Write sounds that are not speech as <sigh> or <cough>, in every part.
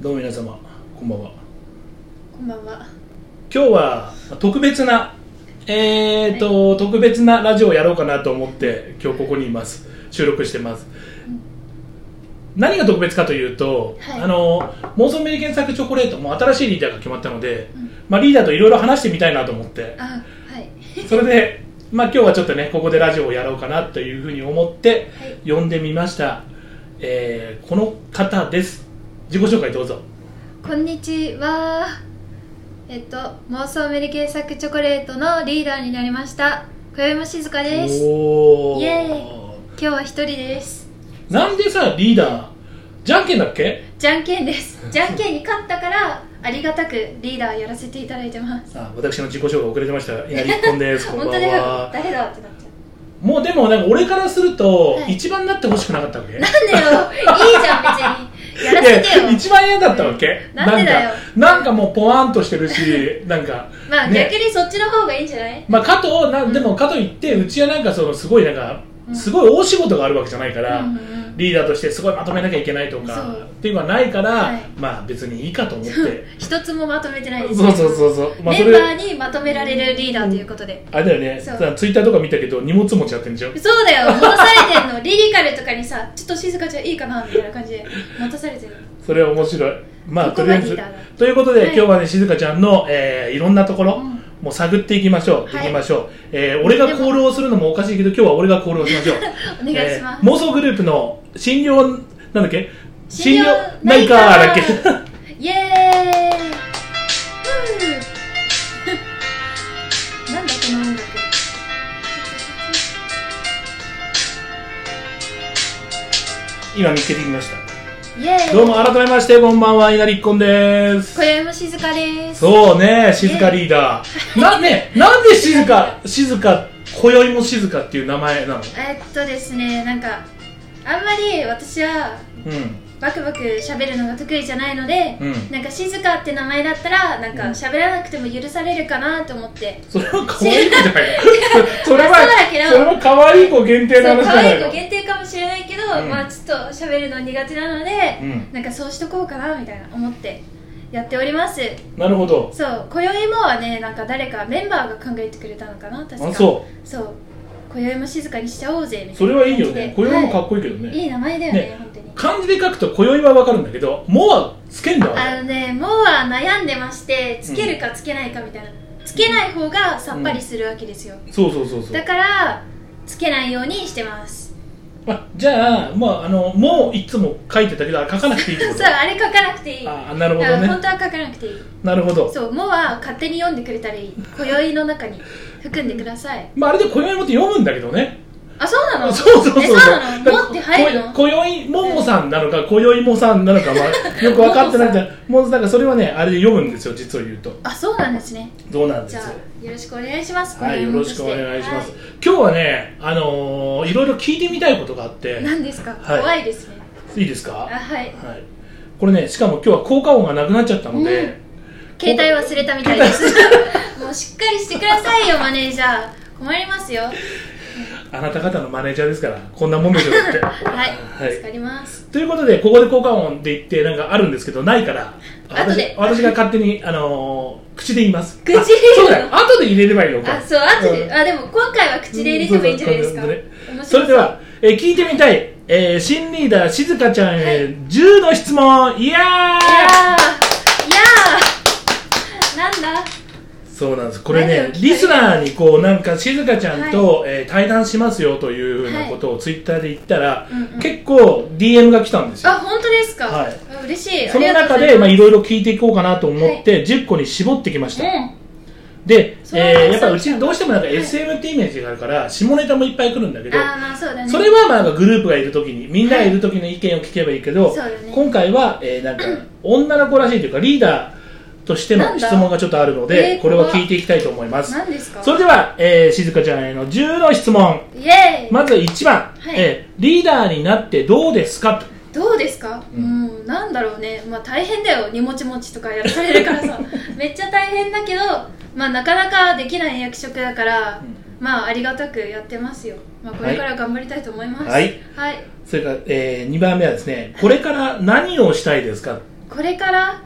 どうも皆様こんばんはこんばんは。今日は特別なえーと、特別なラジオをやろうかなと思って今日ここにいます収録してます、何が特別かというと、はいあの妄想メリケン作チョコレートも新しいリーダーが決まったので、うんまあ、リーダーといろいろ話してみたいなと思ってあ、はい。それで、まあ、今日はちょっとねここでラジオをやろうかなというふうに思ってはい呼んでみました、えーこの方です自己紹介どうぞこんにちは。えっと、妄想メリケン作チョコレートのリーダーになりました。小山静香です。おーイエ今日は一人です。なんでさリーダーじゃんけんだっけじゃんけんです。じゃんけんに勝ったから、ありがたくリーダーやらせていただいてます。あ私の自己紹介遅れてました <laughs> 稲荷一本ですこんば本ん当だよ。は誰だってなっちゃう。もうでもなんか俺からすると、はい一番なってほしくなかった <laughs> わけなんでよ。いいじゃん、別に。やらせて <laughs> いやよ。一番嫌だったわけ、うんなんでだよなんかなんかもうポワンとしてる <laughs> しなんかまあ、ね逆にそっちの方がいいんじゃないまあ、かとなでもかといってうちはなんかそのすごいなんか、うんすごい大仕事があるわけじゃないから、うんうんリーダーとしてすごいまとめなきゃいけないとそかうっていうのはないから、はいまあ別にいいかと思って一つもまとめてないです。そうそうそうそう、まあ、メンバーにまとめられるリーダーということで。あれだよねそうさツイッターとか見たけど荷物持ちやってんでしょそうだよ戻されてんのリリカルとかにさちょっと静香ちゃんいいかなみたいな感じで戻されてるそれは面白いまあことこりあえがリーずダーだということで、はい今日はね静香ちゃんの、えーいろんなところ、うんもう探っていきましょう、はいい、きましょう、えー俺がコールをするのもおかしいけど今日は俺がコールをしましょうお願いします、えー妄想グループの診療なんだっけ診療内科だっけイエーイふう <laughs> なんだこの音楽 <laughs> 今見つけてきましイエーたイどうも改めましてこんばんは稲荷っこんです小山静香ですそうね静香リーダー、なねなんで静香静香今宵も静香っていう名前なのえっとですねなんかあんまり私はうんバクバク喋るのが得意じゃないので、うんなんか静香って名前だったらなんか喋らなくても許されるかなと思って、それは可愛い子じゃないの <laughs> それはそうだけどそれは可愛い子限定のそう話じ可ゃな愛いいの子限定かもしれないけど、うんまあちょっと喋るの苦手なので、うんなんかそうしとこうかなみたいな思ってやっておりますなるほどそう今宵もはねなんか誰かメンバーが考えてくれたのかな確かあそうそう今宵も静かにしちゃおうぜみたそいれなはいい感よじでね今宵もかっこいいけどね、はいいい名前だよねね本当に漢字で書くと今宵はわかるんだけど「も」はつけんだわあのねもうは悩んでましてつけるかつけないかみたいな、つけない方がさっぱりするわけですよ、そうそうそうそうだからつけないようにしてます <laughs> あじゃあ,、まあ、あのもういつも書いてたけどあ書かなくていいってこ <laughs> そとうあれ書かなくていいあなるほだかどら本ね当は書かなくていいなるほどそう「も」は勝手に読んでくれたらいい今宵の中に含んでくださいまああれで「今宵も」って読むんだけどねあそうなのそうそうそうえそうそうなの「も」って入るこの今宵ももさんなのか今宵もさんなのか、まあ、よく分かってないんだもうなんかそれはねあれで読むんですよ実を言うとあそうなんですねどうなんですじよゃあよろしくお願いしますはい、よろしくお願いします、は今日はね、あのーいろいろ聞いてみたいことがあって何ですかはい怖いですねいいですかあははいいこれね、しかも今日は効果音がなくなっちゃったので、うん携帯忘れたみたいです <laughs> もうしっかりしてくださいよマネージャー困りますよはあなた方のマネージャーですからこんなもんでしょう <laughs> っていはい助かりますということでここで効果音で言ってなんかあるんですけどないから後で私私が勝手に、あのー口で言います <laughs> 口で言うあそうだよ後で入れればいいのかあそうあとで、うんあでも今回は口で入れてもいいんじゃないですかうんそう面そう白それでは、えー聞いてみたい、えー新リーダー静香ちゃんへ10の質問イエーイいやーいやーなんだそうなんですこれ何をね聞かれるリスナーにこうなんか静香ちゃんと、えー対談しますよというふうなことをツイッターで言ったら、うんうん結構 DM が来たんですよあ本当ですか、はいあ嬉しいその中ありでがまあとういろいろ聞いていこうかなと思って、10個に絞ってきました、ございで、それはえーやっぱそううちどうしてもなんか SM ってイメージがあるから下ネタもいっぱい来るんだけますどうんあーまあそうだねそれはまあなんかグループがいるときにみんながいるときの意見を聞けばいいけど、はいそうよね今回は、えーなん <clears throat> か女の子らしいというかリーダーとしてのなんだ質問がちょっとあるので、えーこれは怖っ聞いていきたいと思います何ですかそれでは、えー、静香ちゃんへの10の質問イエーイ、まず1番、はいえーリーダーになってどうですかとどうですかううんんなんだろうねまあ大変だよ荷物持ちとかやらされるか <laughs> らさめっちゃ大変だけどまあなかなかできない役職だから、まあありがたくやってますよまあこれから頑張りたいと思いますはい、はい、それから、え2番目はですねこれから何をしたいですかこれから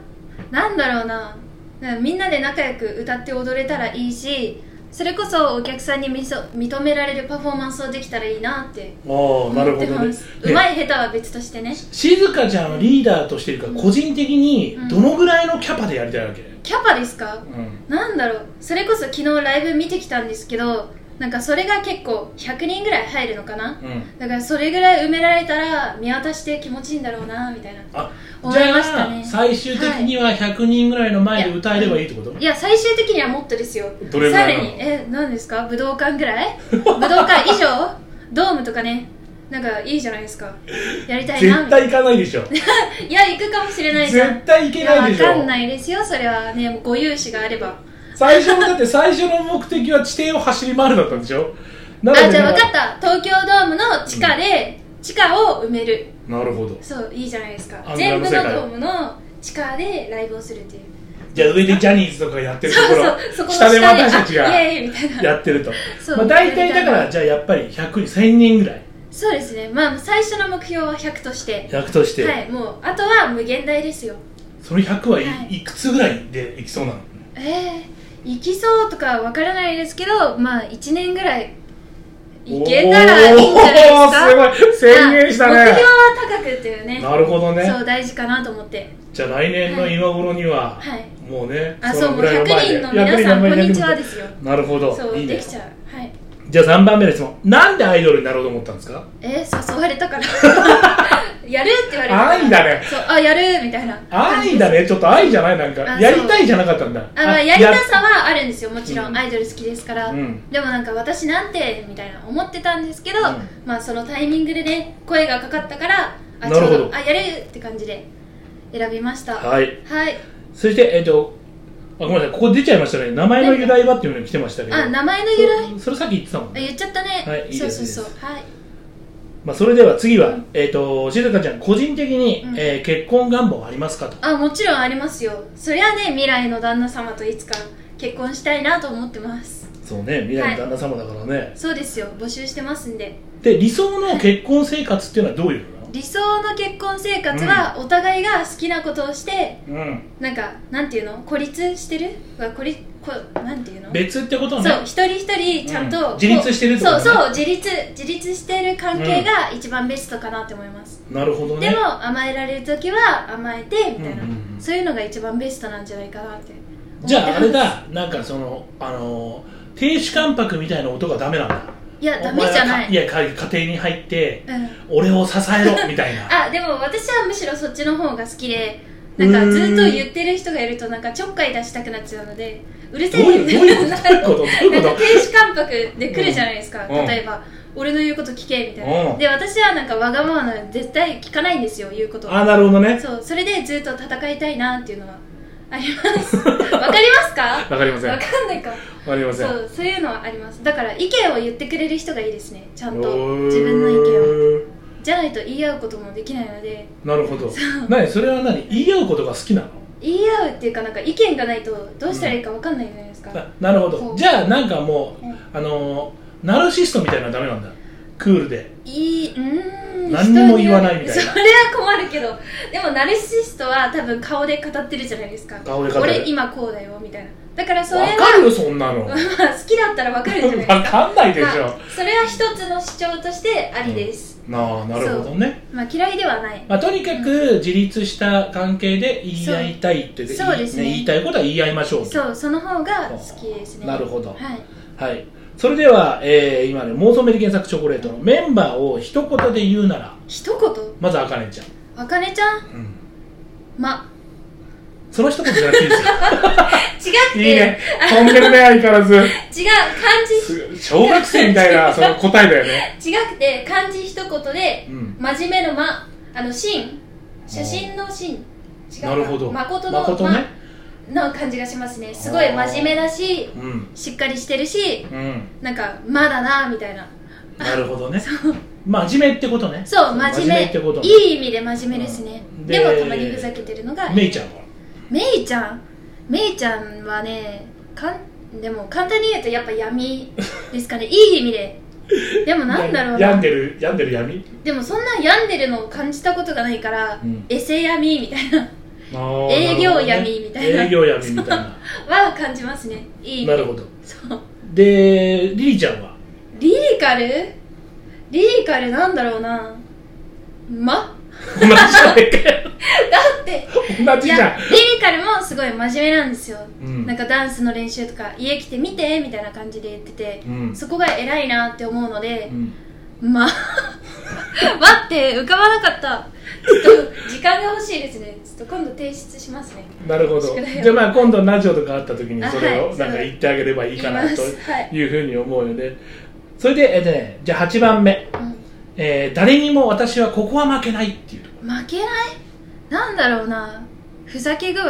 なんだろうななんかみんなで仲良く歌って踊れたらいいしそれこそお客さんにみそ認められるパフォーマンスをできたらいいなってああなる思っほてどねます、うまい下手は別としてね静香ちゃんはリーダーとしてるから個人的にどのぐらいのキャパでやりたいわけ、キャパですかうんなんだろうそれこそ昨日ライブ見てきたんですけどなんかそれが結構100人ぐらい入るのかなうんだからそれぐらい埋められたら見渡して気持ちいいんだろうなみたいなあ思じいゃましたあね最終的には100人ぐらいの前で歌えればいいってこと、いや最終的にはもっとですよどれぐらいさならのにえ何ですか武道館ぐらい武道館以上ドームとかねなんかいいじゃないですかやりたいな絶対行かないでしょいや行くかもしれないじゃん絶対行けないでしやわかんょないですよそれはねご融資があれば最初のだって最初の目的は地底を走り回るだったんでしょなのであじゃあ分かった東京ドームの地下で、地下を埋めるなるほどそういいじゃないですかあ全部のドなるほどームの地下でライブをするっていうじゃあ上でジャニーズとかやってるとそうころそうそこの下で私たちがあイエーイみたいなやってるとそうまあ、大体だかやらりじゃあやっぱり100人1000人ぐらいそうですねまあ最初の目標は100として100として、はいもうあとは無限大ですよその100はい,、、はいくつぐらいでいきそうなのええ行きそうとかわからないですけどまあ1年ぐらい行けたらいいんじゃないですかおーすごい宣言したまあ目標ねは高くっていうねなるほどねそう大事かなと思ってじゃあ来年の今頃には、はいもうねあそうのもぐうらいの前で100人の皆100さんこ人の前んにち100は人ですよなるほどそういいねできちゃうはいじゃあ3番目の質問なんでアイドルになろうと思ったんですかえー、誘われたから <laughs> やるって言われたから愛だねそうあやるみたいな愛だねちょっと愛じゃないなんかあそうやりたいじゃなかったんだあまあやりたさはあるんですよもちろん、うんアイドル好きですから、うんでもなんか私なんてみたいな思ってたんですけど、うんまあそのタイミングでね声がかかったからなあるほどちょうあやるって感じで選びましたはい、はいそしてえっ、とあごめんなさいここ出ちゃいましたね名前の由来はっていうのに来てましたけどあ名前の由来そそれさっき言ってたもんあね言っちゃったね、はいいいそうですそうそうはいまあ、それでは次は、うんえっ、と、静香ちゃん、個人的に、うんえー結婚願望はありますかと。あもちろんありますよそりゃね未来の旦那様といつか結婚したいなと思ってますそうね、未来の旦那様だからね。そうですよ募集してますんでで、理想の結婚生活っていうのはどういうのなの理想の結婚生活はお互いが好きなことをして、うん。なんかなんていうの孤立してるは孤立こなんていうの別ってことね。そう一人一人ちゃんと、うんこう自立してるってことねそうそう自立自立してる関係が一番ベストかなって思います、なるほどね。でも甘えられる時は甘えてみたいな、うんうんうんそういうのが一番ベストなんじゃないかなって思ってますじゃあ、あれだ、なんかその、あのー、亭主関白みたいな音がダメなんだ。いやダメじゃお前なはかいいや、か家庭に入って、うん俺を支え <laughs> ろ、みたいな。あでも私はむしろそっちの方が好きでなんかずっと言ってる人がいるとなんかちょっかい出したくなっちゃうのでうるどせうえいう、どういうことどういう <laughs> ことどういうなんこかと亭主関白で来るじゃないですか、うん例えば、俺の言うこと聞けみたいな、うんで私はなんかわがままなので絶対聞かないんですよ言うことをあ、なるほどね。そうそれでずっと戦いたいなっていうのはありま <laughs> すわかりますかわわかりません。わかんないかかりません。そうそういうのはありますだから意見を言ってくれる人がいいですねちゃんと自分の意見を見を。じゃないと言い合うこともできないのでなるほど何それは何言い合うことが好きなの言い合うっていうかなんか意見がないとどうしたらいいかわかんないじゃないですか、あなるほそどうじゃあなんかもうんうあのーナルシストみたいなのはダメなんだクールでいいうーん何にも言わないみたいな人によるそれは困るけどでもナルシストは多分顔で語ってるじゃないですか顔で語る俺今こうだよみたいなだからそれわはかるよそんなのわ <laughs> まあ好きだったらわかる <laughs> んじゃないですかかんないでしまょあそれは一つの主張としてありです、なあなるほどね、まあ嫌いではないまあ、とにかく自立した関係で言い合いたいって言ってそうそうですね言いたいことは言い合いましょうとそうその方が好きですねなるほどはいはいそれでは、えー、今ね妄想メリケン作チョコレートのメンバーを一言で言うなら一言まずあかねちゃん、あかねちゃんうん、まその一言じゃなくていいです <laughs> よ違っていいね飛んでるね相変わらず <laughs> 違う漢字す小学生みたいなその答えだよね、違くて漢字一言でうん、真面目の「ま」あの「真」写真の「真」違うかなるほど誠の「誠ね、ま」の感じがしますねすごい真面目だしうんしっかりしてるしうんなんか「ま」だなみたいななるほ <laughs> どね真面目ってことねそう真面目ってこといい意味で真面目ですね、うんででもたまにふざけてるのがめいちゃんはめいちゃんめいちゃんはねかんでも簡単に言うとやっぱ闇ですかねいい意味ででもなんだろう病んなでる病んでる闇でもそんな病んでるのを感じたことがないから、うんエセ闇みたいな営業闇みたいな営業闇みたいなは感じますね <laughs> いい意味でなるほどそうでリリちゃんは <laughs> リリカルリリカルなんだろうなま同じじゃねえだってか同じいじゃんやリリカルもすごい真面目なんですよ、うんなんかダンスの練習とか家来て見てみたいな感じで言ってて、うんそこが偉いなって思うのでう、んまあ <laughs> 待って浮かばなかったちょっと時間が欲しいですねちょっと今度提出しますねなるほど宿題をじゃあまあ今度ラジオとかあった時にあそれをはいなんか言ってあげればいいかな言いまとすはいいうふうに思うよねそれでえっとねじゃあ8番目、うえー誰にも私はここは負けないっていうとこん負けないなんだろうなふざけ具合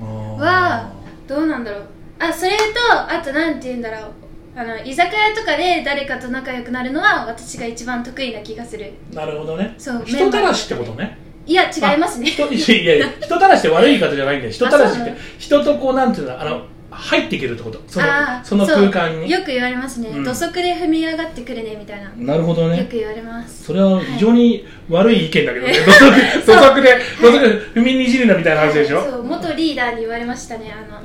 ろはどうなんだろうあそれとあとなんて言うんだろうあの居酒屋とかで誰かと仲良くなるのは私が一番得意な気がするなるほどねそうメ人ンたバーらしってことねいや違いますね人 <laughs> いやいや人たらしって悪い言い方じゃないんだよ人たらしっあそうてなの人とこうなんていうのあの入っていけるってことそのあーそのう空間によく言われますね、うん土足で踏み上がってくるねみたいな、なるほどよねく言われますそれは非常に悪い意見だけどね土足 <laughs> 土足で土足で踏みにじるなみたいな話でしょそう元リーダーに言われましたねあの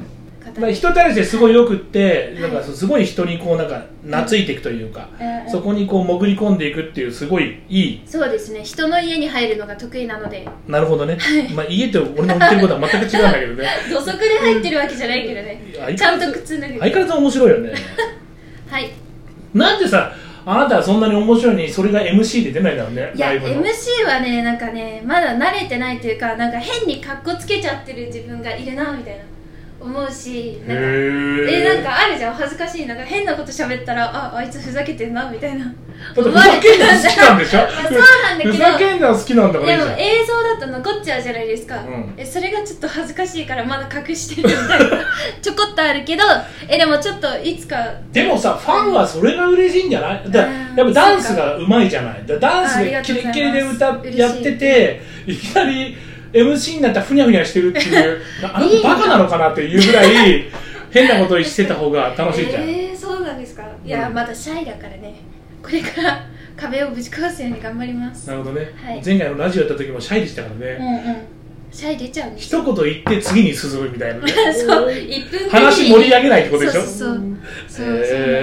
方まあに人たらしですごいよくってなんかそうすごい人にこうなんか懐いていくというか、うんうんそこにこう潜り込んでいくっていうすごいいいそうですね人の家に入るのが得意なのでなるほどね、まあ、家と俺の言ってることは全く違うんだけどね土足で入ってるわけじゃないけどうんねいや相 <laughs> ちゃ変んわらずと靴脱ぐ相変わらず面白いよねはいなんでさあなたはそんなに面白いのにそれが MC で出ないんだろうねいやライブの MC はねなんかねまだ慣れてないというかなんか変にかっこつけちゃってる自分がいるなみたいな思うしなんかえなんへかあるじゃん恥ずかしいなんか変なこと喋ったらああいつふざけてんなみたいなだってふざけんの好きなんでしょあ <laughs> そうなんだけどふざけんのは好きなんだからでいいもじゃん映像だと残っちゃうじゃないですか、うんえそれがちょっと恥ずかしいからまだ隠してるみ <laughs> たいなちょこっとあるけどえでもちょっといつかでもさファンはそれが嬉しいんじゃないだうんやっぱダンスがうまいじゃないだダンスでキレッキレで歌あっりやがとっうございますてていきなり MC になったらふにゃふにゃしてるっていう <laughs> あのいい子なバカなのかなっていうぐらい変なことしてた方が楽しいじゃん、えー、そうなんですかいや、うんまだシャイだからねこれから壁をぶち壊すように頑張りますなるほどね、はい前回のラジオやった時もシャイでしたからうんね、うんシャイ出ちゃうんです一言言って次に進むみたいなね <laughs> そう1分話盛り上げないってことでしょそうそうそへーう,、そうなん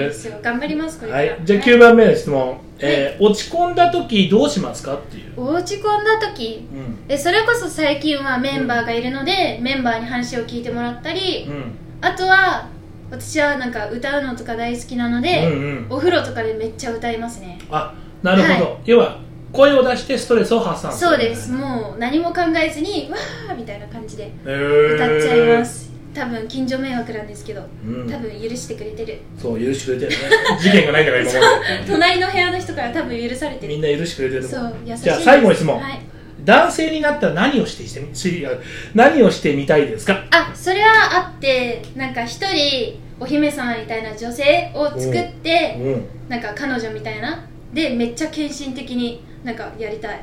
ですよ頑張りますこれかはらい、じゃあ9番目の質問、えー落ち込んだ時どうしますかっていう、落ち込んだ時うんえそれこそ最近はメンバーがいるので、メンバーに話を聞いてもらったり、うんあとは私はなんか歌うのとか大好きなので、うんうんお風呂とかでめっちゃ歌いますねあなるほど、要は声を出してストレスを発散するそうですもう何も考えずにわーみたいな感じで歌歌っっちゃいま、す、多分近所迷惑なんですけどうん多分許してくれてる、そう許してくれてるね事件がないんだから今ま隣の部屋の人から多分許されてで <laughs> みるんな許してくれてるそう優しいですじゃあ最後の質問、はい、男性になったら何をしてしてみしあ何をしてみたいですかあそれはあってなんか一人お姫様みたいな女性を作って、うんなんか彼女みたいなでめっちゃ献身的になんかやりたい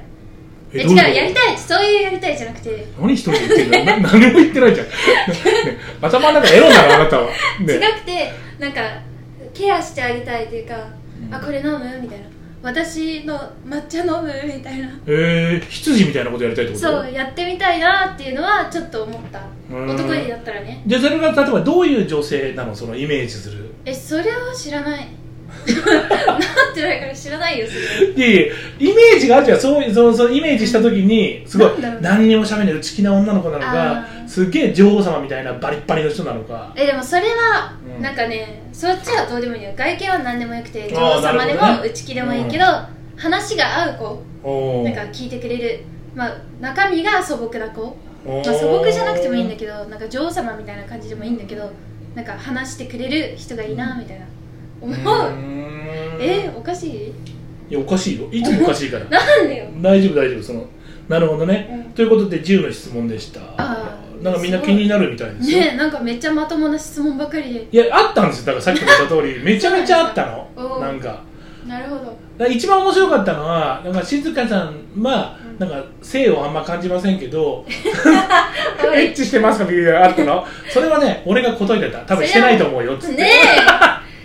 ええ違どういことやりたいそういうやりたいじゃなくて、何一人で言ってんだよな <laughs> 何も言ってないじゃん、ね頭の中エロなのあな <laughs> たは、違ね、くてなんかケアしてあげたいというか、うんあこれ飲むみたいな私の抹茶飲むみたいなえー、羊みたいなことやりたいってことそうやってみたいなっていうのはちょっと思ったうん男にだったらねじゃあそれが例えばどういう女性なのそのイメージするえそれは知らない <laughs> なってないから知らないよそれいやいやイメージがあるじゃんそういうそのそのイメージした時にすごいなんだろう何にも喋んない内気な女の子なのあかーすっげえ女王様みたいなバリッバリの人なのかえでもそれは、うんなんかねそっちはどうでもいいよ外見は何でもよくてあー女王様なでるほもどね内気でもいいけど、話が合う子おなんか聞いてくれる、まあ、中身が素朴な子、まあ、素朴じゃなくてもいいんだけけどなんか女王様みたいな感じでもいいんだけどなんか話してくれる人がいいなみたいな思う <laughs> えおかしいいやおかしいよいつもおかしいからなんだよ大丈夫大丈夫そのなるほどね、うんということで10の質問でしたあーなんかみんな気になるみたいですよねえなんかめっちゃまともな質問ばかりでいやあったんですよだからさっきも言った通り <laughs> めちゃめちゃあったおのーなんかなるほどだから一番面白かったのはなんか静香さんは、うんなんか性をあんま感じませんけ <laughs> どおエ <laughs> いッ <laughs> チしてますかっていうのがあったのそれはね俺が答えてた多分してないと思うよっつって、ねえ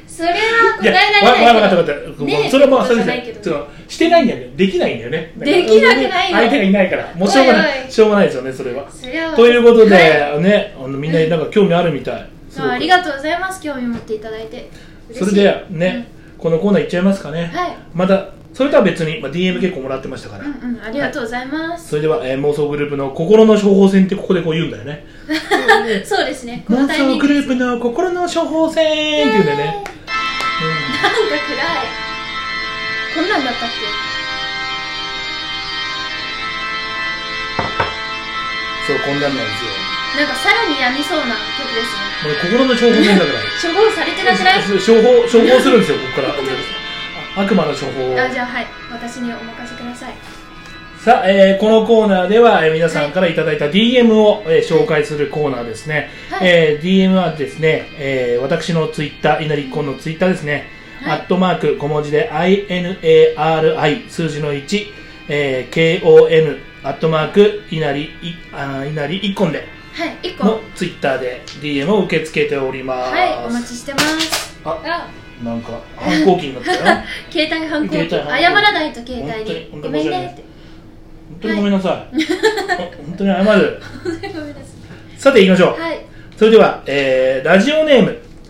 それはい答えや、られないわわかったわかった。ねえそれはまあ、こそとじれゃじなゃいけどそのしてないんだよね。できないんだよね。できなくないよ相手がいないから。もうしょうがない。おいおいしょうがないですよね、それは。それはということで、はね、あのみんななんか興味あるみたい。いすごまくあ、ありがとうございます興味持っていただいて嬉しそれいでね、このコーナーいっちゃいますかね。はいまた、それとは別に、まあ、DM 結構もらってましたから。うんうんうんありがとうございます、それでは、えー妄想グループの心の処方箋ってここでこう言うんだよね。そうですね <laughs> こ妄のタイミ想ングルグでープの心の処方箋って言うんだよね。なんか暗いこんなんだったっうんそう、こんなんなんですよ。けなんかさらにやみそうな曲ですねもう心の処方箋だから。処方されてなくない処方処方するんですよ、ここから。あ悪魔の処方をあじゃあはい私にお任せくださいさあ、えーこのコーナーでは、えー皆さんからいただいた DM を、えー紹介するコーナーですね。はいえー DM はですね、えー私のツイッター、稲荷っ子のツイッターですね、はいアットマーク小文字で INARI 数字の1、えー KON アットマーク稲荷いあー稲荷一本ではい一個のツイッターで DM を受け付けております。はいお待ちしてますああなんか反抗期にな <laughs> ったよ。携帯反抗携期謝帯反抗らないと携帯に本当ごに本当にめんねって本当にごめんなさい。本当に謝る。ごめんなささて行きましょう。いはいそれでは、えーラジオネーム、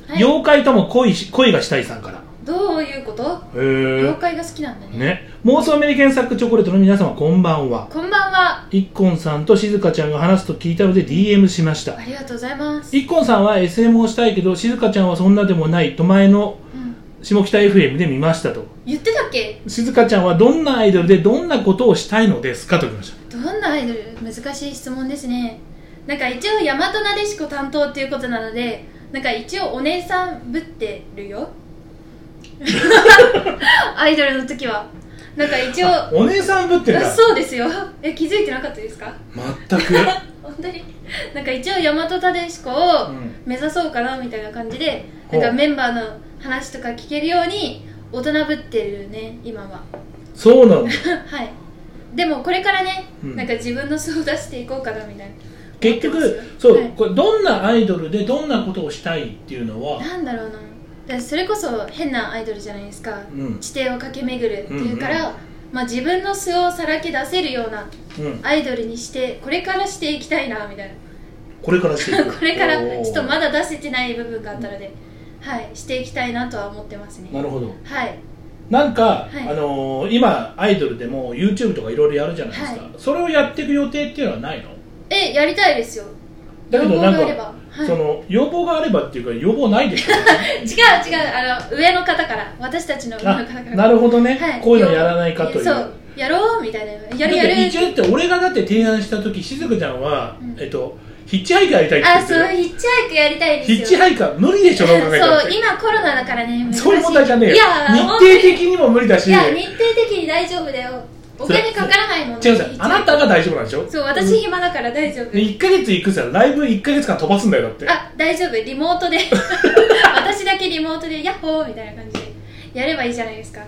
はい妖怪とも恋し恋がしたいさんから。どういうことへー妖怪が好きなんだねね、妄想アメリカンサックチョコレートの皆様こんばんは。こんばんはいっこんさんと静香ちゃんが話すと聞いたので DM しましたあ。りがとうございますいっこんさんは SM をしたいけど静香ちゃんはそんなでもないと前のうん下北 FM で見ましたと。言ってたっけ静香ちゃんはどんなアイドルでどんなことをしたいのですかと言いました。どんなアイドル難しい質問ですねなんか一応大和なでしこ担当っていうことなのでなんか一応お姉さんぶってるよ <laughs> アイドルの時はなんか一応お姉さんぶってんだ。そうですよえ気づいてなかったですか全く。本当になんか一応大和なでしこをうん目指そうかなみたいな感じで、ほうなんかメンバーの話とか聞けるように大人ぶってるね今は <laughs> そうなんだ。はいでもこれからね、うんなんか自分の素を出していこうかなみたいな結局そう、はいこれどんなアイドルでどんなことをしたいっていうの <laughs> はなんだろうなだからそれこそ変なアイドルじゃないですか、うん地底を駆け巡るっていうから、うんまあ、自分の素をさらけ出せるようなうんアイドルにしてこれからしていきたいなみたいこれからしていなく <laughs> これからおーちょっとまだ出せてない部分があったので、はいしていきたいなとは思ってますねなるほどはいなんか、はいあのー今アイドルでも YouTube とかいろいろやるじゃないですか、はいそれをやっていく予定っていうのはないのえやりたいですよだけど要望なんがあれか、ばはいその要望があればっていうか要望ないでしょ <laughs> 違う違うあの上の方から私たちの上のあ方からなるほどね、はいこういうのやらないかというそうやろうみたいなやるだやってる一応だって俺がだって提案した時しずくちゃんは、うんえっとヒッチハイカーやりたいって言あってそうるヒッチハイクやりたいですヒよッチハイカー無理でしょどう考えたっそてう今コロナだからね難し <laughs> いそういう問題じゃねえよいや日程的にも無理だしいや日程的に大丈夫だよお金かからないもん違う違うあなたが大丈夫なんでしょそう私暇だから大丈夫1か月行くさライブ1か月間飛ばすんだよだってあ大丈夫リモートで <laughs> 私だけリモートでヤッホーみたいな感じでやればいいじゃないですか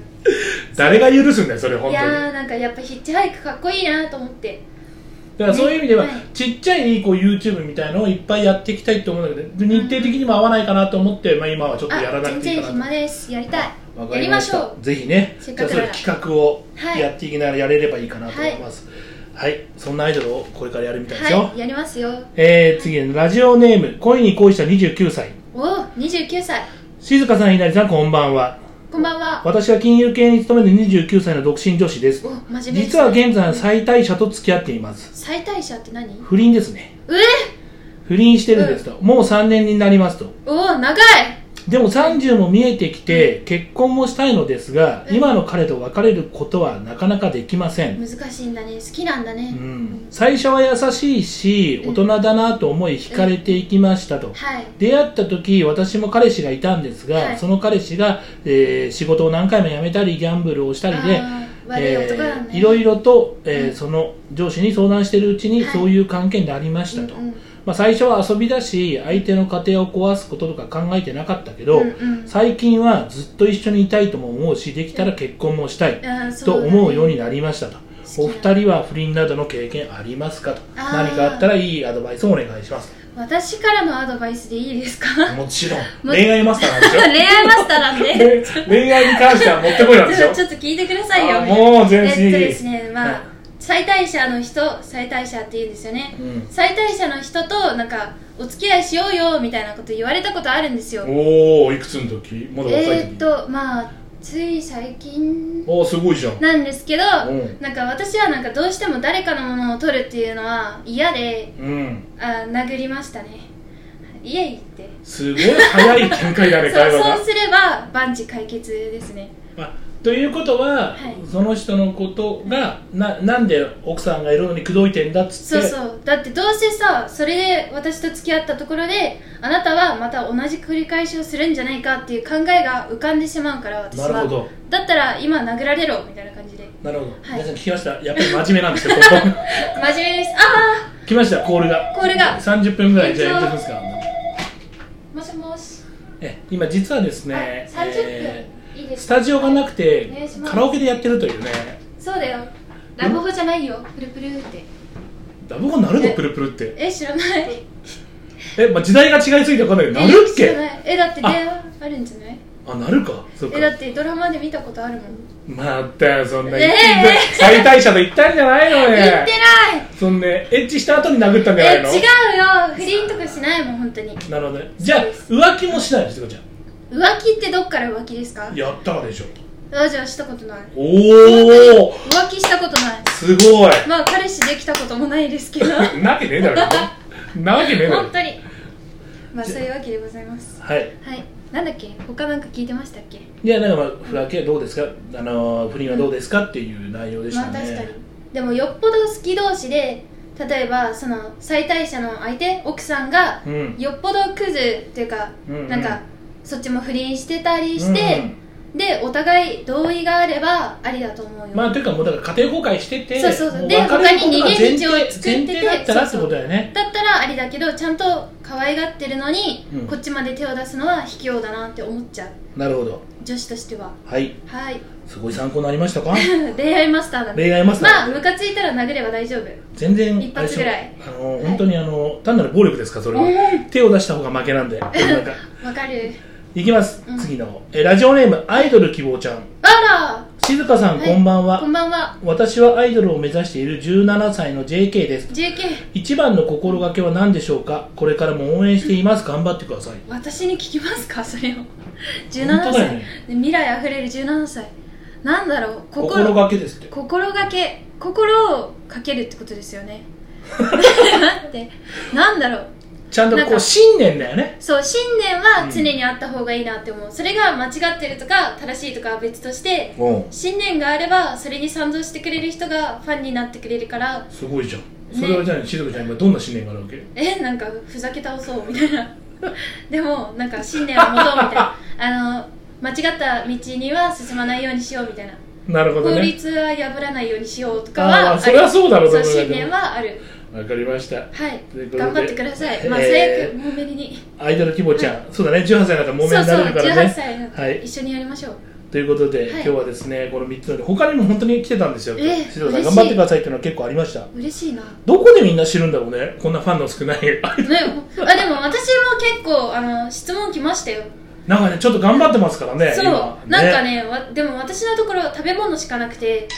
誰が許すんだよそれ本い当にやーなんかやっぱヒッチハイクかっこいいなと思ってだからそういう意味では、はいちっちゃいこう YouTube みたいのをいっぱいやっていきたいと思うんだけど日程的にも合わないかなと思って、まあ、今はちょっとやらあな全くていい然かな暇ですやりたわいかやりましょうぜひねせっじゃあかくそなれら企画をはいやっていきながらやれればいいかなと思いますはい、そんなアイドルをこれからやるみうたいですよ、はいやりますよえー、次ラジオネーム恋に恋した29歳おお29歳静香さん稲荷さんこんばんはこんばんは私は金融系に勤める29歳の独身女子ですお真面目です実は現在最大者と付き合っています再退社って何う不倫ですねえ不倫してるんですと、もう3年になりますとおお長いでも30も見えてきて結婚もしたいのですが、うん今の彼と別れることはなかなかできません、難しいんだね好きなんだうね、ん、最初は優しいし大人だなと思い惹かれていきましたと、はい出会った時私も彼氏がいたんですが、はいその彼氏が、えー仕事を何回も辞めたりギャンブルをしたりであー悪い男だね、えーいろいろと、えーうんその上司に相談しているうちに、はいそういう関係になりましたと、うんうんまあ、最初は遊びだし相手の家庭を壊すこととか考えてなかったけど、うんうん最近はずっと一緒にいたいとも思うしできたら結婚もしたいあーそとうだね思うようになりましたと、お好きな二人は不倫などの経験ありますかとあー何かあったらいいアドバイスをお願いします私からのアドバイスでいいですかもちろんも恋愛マスターなんでしょ恋愛マスターなんで <laughs> 恋恋愛に関しては持ってこいなんでしちょょちょっと聞いてくださいよあもう全えっと然いいですねまあ、はい妻帯者の人妻帯者って言うんですよね、うん妻帯者の人となんかお付き合いしようよみたいなこと言われたことあるんですよおおいくつの時まだ若い時えーっとまあつい最近おおすごいじゃんなんですけど、うんなんか私はなんかどうしても誰かのものを取るっていうのは嫌でうんあ殴りましたねイエイってすごい早い展開だそうね会話がそうすれば万事解決ですねあということは、はいその人のことがななんで奥さんがいるのに口説いてんだっつそっうてそうだってどうせさそれで私と付き合ったところであなたはまた同じ繰り返しをするんじゃないかっていう考えが浮かんでしまうから私はなるほどだったら今殴られろみたいな感じでなるほど、はい皆さん聞きましたやっぱり真面目なんですよここ真面目ですあ来ましたコールがコールが30分ぐらいじゃあやってみ緊張ますかあもしもしえ今実はですあね、 30分、えいいーですスタジオがなくお願いてしますカラオケでやってるというねそうだよラブホじゃないよプルプルってラブホなるのえプルプルってえ知らないえ、まあ、時代が違いすぎて分かんないけどなるっえ知らけないえだって電話あるんじゃないあなるかそうかえだってドラマで見たことあるもんまたそんなねえ最大者と言ったんじゃないの言ってないねそんでエッチした後に殴ったんじゃなえいの違うよ不倫とかしないもん本当になるほどねじゃあ浮気もしないのすこちゃ浮気ってどっから浮気ですかんやったらでしょあじゃあしたことないおお浮気したことないすごい <laughs> まあ彼氏できたこともないですけどなわけねえだろ <laughs> なわけ <laughs> ねえだろ本当にまあそういうわけでございますはいはいなんだっけ他なんか聞いてましたっけいやなんかまあフラケどうですかあのー不倫はどうですかっていう内容でしまたあ確かにねでもよっぽど好き同士で例えばその妻帯者の相手奥さんがうんよっぽどクズっていうか、うんうんなんかそっちも不倫してたりして、でお互い同意があればありだと思うよ、まあというかもうだから家庭崩壊しててそうそうそうもで別れることが他に逃げ道を前提作ってて前提だったらってことだよねだったらありだけどちゃんと可愛がってるのに、うんこっちまで手を出すのは卑怯だなって思っちゃうなるほど女子としてははいはい <laughs> すごい参考になりま <laughs> したか恋愛マスターなんで恋愛マスターまあムカついたら殴れば大丈夫全然一発ぐらいあれでしょあの本当にあの単なる暴力ですかそれは、手を出した方が負けなん <laughs> でなんかわかるいきます、うん次のえラジオネームアイドル希望ちゃんあ静香さん、はいこんばんらはこんばんは私はアイドルを目指している17歳の JK です JK 一番の心がけは何でしょうかこれからも応援しています頑張ってください私に聞きますかそれを本17当だよ歳、ねで未来あふれる17歳なんだろう心がけですって心がけ心をかけるってことですよ <laughs> ね待ってなんだろうちゃんとなんこうか信念だよねそう信念は常にあった方がいいなって思う、それが間違ってるとか正しいとかは別としてうん信念があればそれに賛同してくれる人がファンになってくれるからすごいじゃんそれはじゃあ静香ちゃん今どんな信念があるわけえなんかふざけ倒そうみたいな <laughs> でもなんか信念を持とうみた <laughs> いなあの間違った道には進まないようにしようみたいな、なるほど法ね律は破らないようにしようとかはあーるそれはそうだろうそうそれは信念はあるわかりましたはいということで頑張ってくださいまあ最え悪ーもめりにアイドル希望ちゃん、そうだね18歳だからもめそにうそうなれるからね18歳なんはでい一緒にやりましょうということで、い今日はですねこの3つので他にも本当に来てたんですよ、ええ静香さん嬉し頑張いってくださいっていうのは結構ありました嬉しいなどこでみんな知るんだろうねこんなファンの少ない <laughs> ね、あでも私も結構あの質問来ましたよ、なんかねちょっと頑張ってますからねそう今なんかねわでも私のところ食べ物しかなくて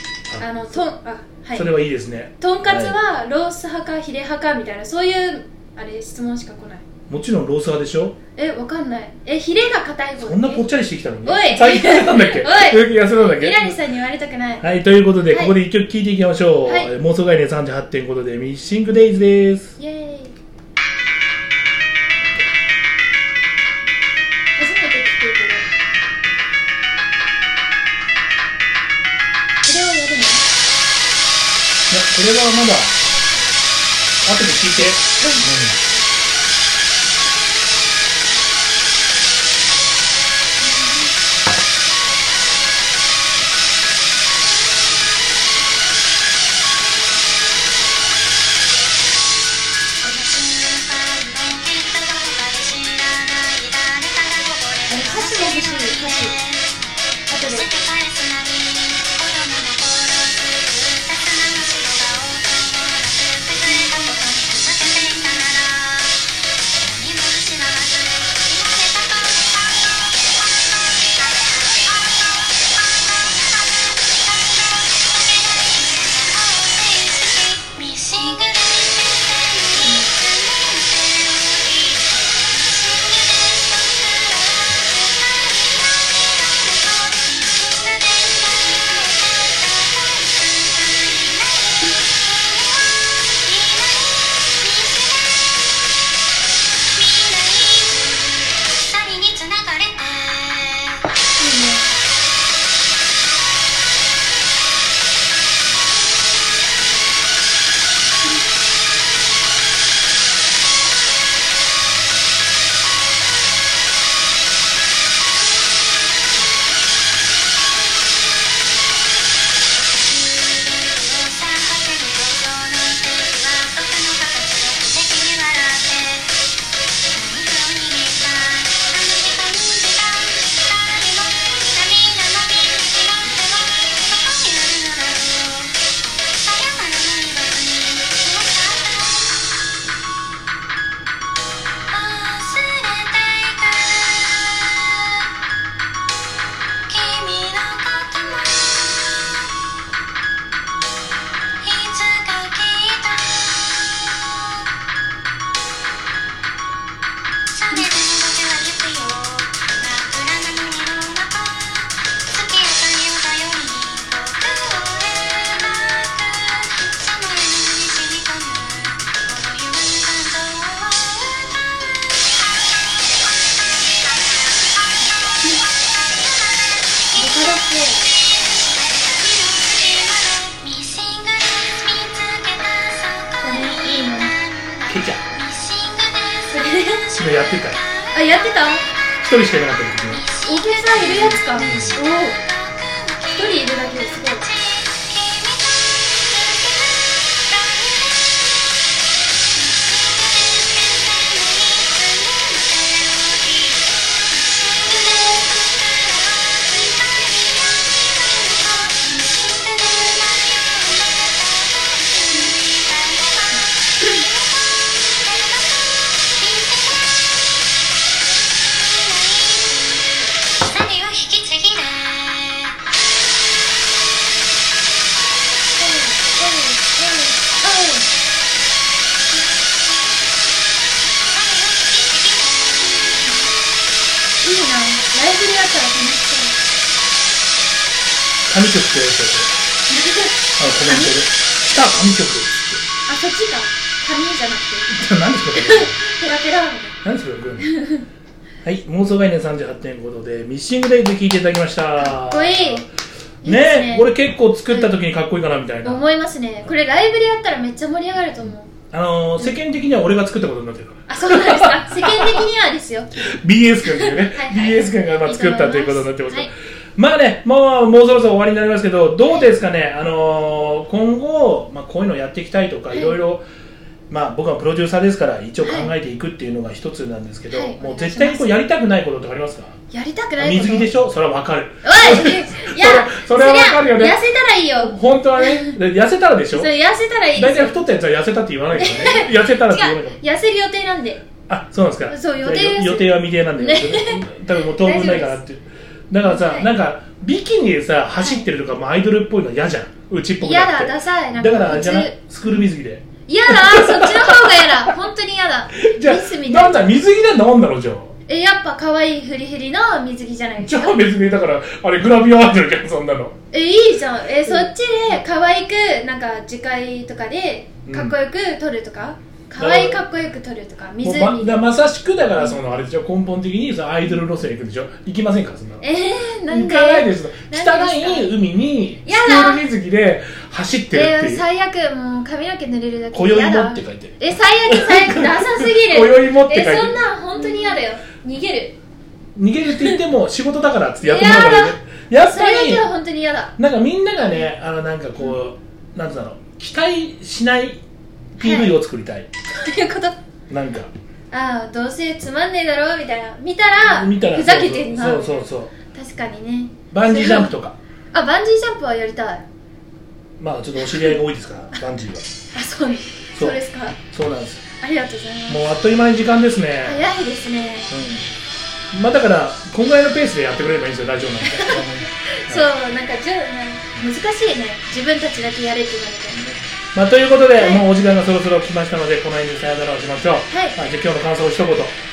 ああのとんあはいそれはいいですねとんかつはロース派かヒレ派かみたいなそういうあれ質問しか来ないもちろんロース派でしょえわかんないえヒレが硬い方こんなぽっねちゃりしてきたのにおい最近痩せたんだっけおい痩せたんだっヒラリけさんに言われたくないはいということで、はいここで一曲聴いていきましょう、はいえー妄想概念38.5でミッシングデイズですイエーイ初めて聞くいやこけどこれをやるのれはまだ後で聴いて、うんこの瞬間の人はまだ知らない誰かがこぼれる世界つなぎ子供の頃ずっとケチャそ昨日やってたよれあやってた一人しかいなかったけどお客さんいるやつかおお一人いるだけですごい何を引き継ぎだいいなライブでやったら楽しそう神曲ってやつだとあコメントで来た神曲っあそっちか紙じゃなくてて何ですかこれペラペラみ何それグー <laughs> はい妄想概念38.5度でミッシングデイズ聞いていただきましたかっこいいいいねですねこれ結構作った時にかっこいいかなみたいたいなな、思いますねこれライブでやったらめっちゃ盛り上がると思うあのー世間的には俺が作ったことになってるからあそうなんです <laughs> か世間的にはですよ BS 君っていうねはいはい BS 君がまあ作ったということになってますからはいまあねもうもうそろそろ終わりになりますけどどうですかね、あのー今後、まあ、こういうのやっていきたいとか、はいい、ろいろまあ僕はプロデューサーですから一応考えていくっていうのが一つなんですけど、はいもう絶対こうやりたくないことってありますかやりたくないこと水着でしょそれはわかるおいいやそれそれはわかるよねそりゃ痩せたらいいよ本当はねで痩せたらでしょそれ痩せたらいいで大すよ体太ったやつは痩せたって言わないからね痩せたらって言わないから違う痩せる予定なんであそうなんですかそう予定ですよ予定は未定なんだけど、多分もう当分ないかな <laughs> っていうだからさ、はいなんかビキニでさ走ってるとかもアイドルっぽいのは嫌じゃんうちっぽく嫌なっだてダサいなんだかから普じ通ゃあなスクール水着で嫌だそっちの方が嫌だ本当に嫌だ <laughs> じゃあミスみたないんなだ水着なんだなんだろうじゃあえやっぱ可愛いフリフリの水着じゃないでじすゃあか別にだからあれグラビアアイドルじゃんそんなのえいいじゃんえそっちで可愛くなんか次回とかでかっこよく撮るとか、可愛いかっこよく撮るとかもう湖まだまさしくだからそのあれでしょ根本的にそのアイドル路線行くでしょ行きませんかそんなのえー、なん行でかないです汚なんでですい海にやスクだール水着で走ってるえってーいう最悪もう髪の毛濡れるだけ今宵嫌もだって書いてるえ最悪最悪ダサすぎる今宵もって書いてえるそんなん本当に嫌だよ逃げる逃げるって言っても仕事だからっつってやってもらうからねやっそぱれだけはり本当に嫌だなんかみんながねあのなんかこうなんつうの期待しない PV を作りたい、ということなんかああどうせつまんねえだろうみたいな見たら見たらふざけてんなそうそうそうそう確かにねバンジージャンプとかあバンジージャンプはやりたいまあちょっとお知り合いが多いですからバンジーはあそうそそううですかそうなんですありがとうございますもうあっという間に時間ですね、早いですねうんまあだからこんぐらいのペースでやってくれればいいんですよラジオなん <laughs> てそうなんかじゅ難しいね自分たちだけやれって言われてもまあということで、はいもうお時間がそろそろ来ましたのでこの辺でさよならをしましょう、はいまあじゃあ今日の感想を一言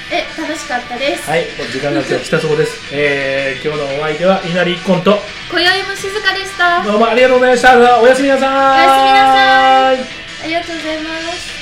え楽しかったです、はい、もう時間が今日来たそうです。えー、今日のお相手は稲荷一婚と、今宵も静かでしたあどうもありがとうございました。おやすみなさーい。おやすみなさーい。りがとうございます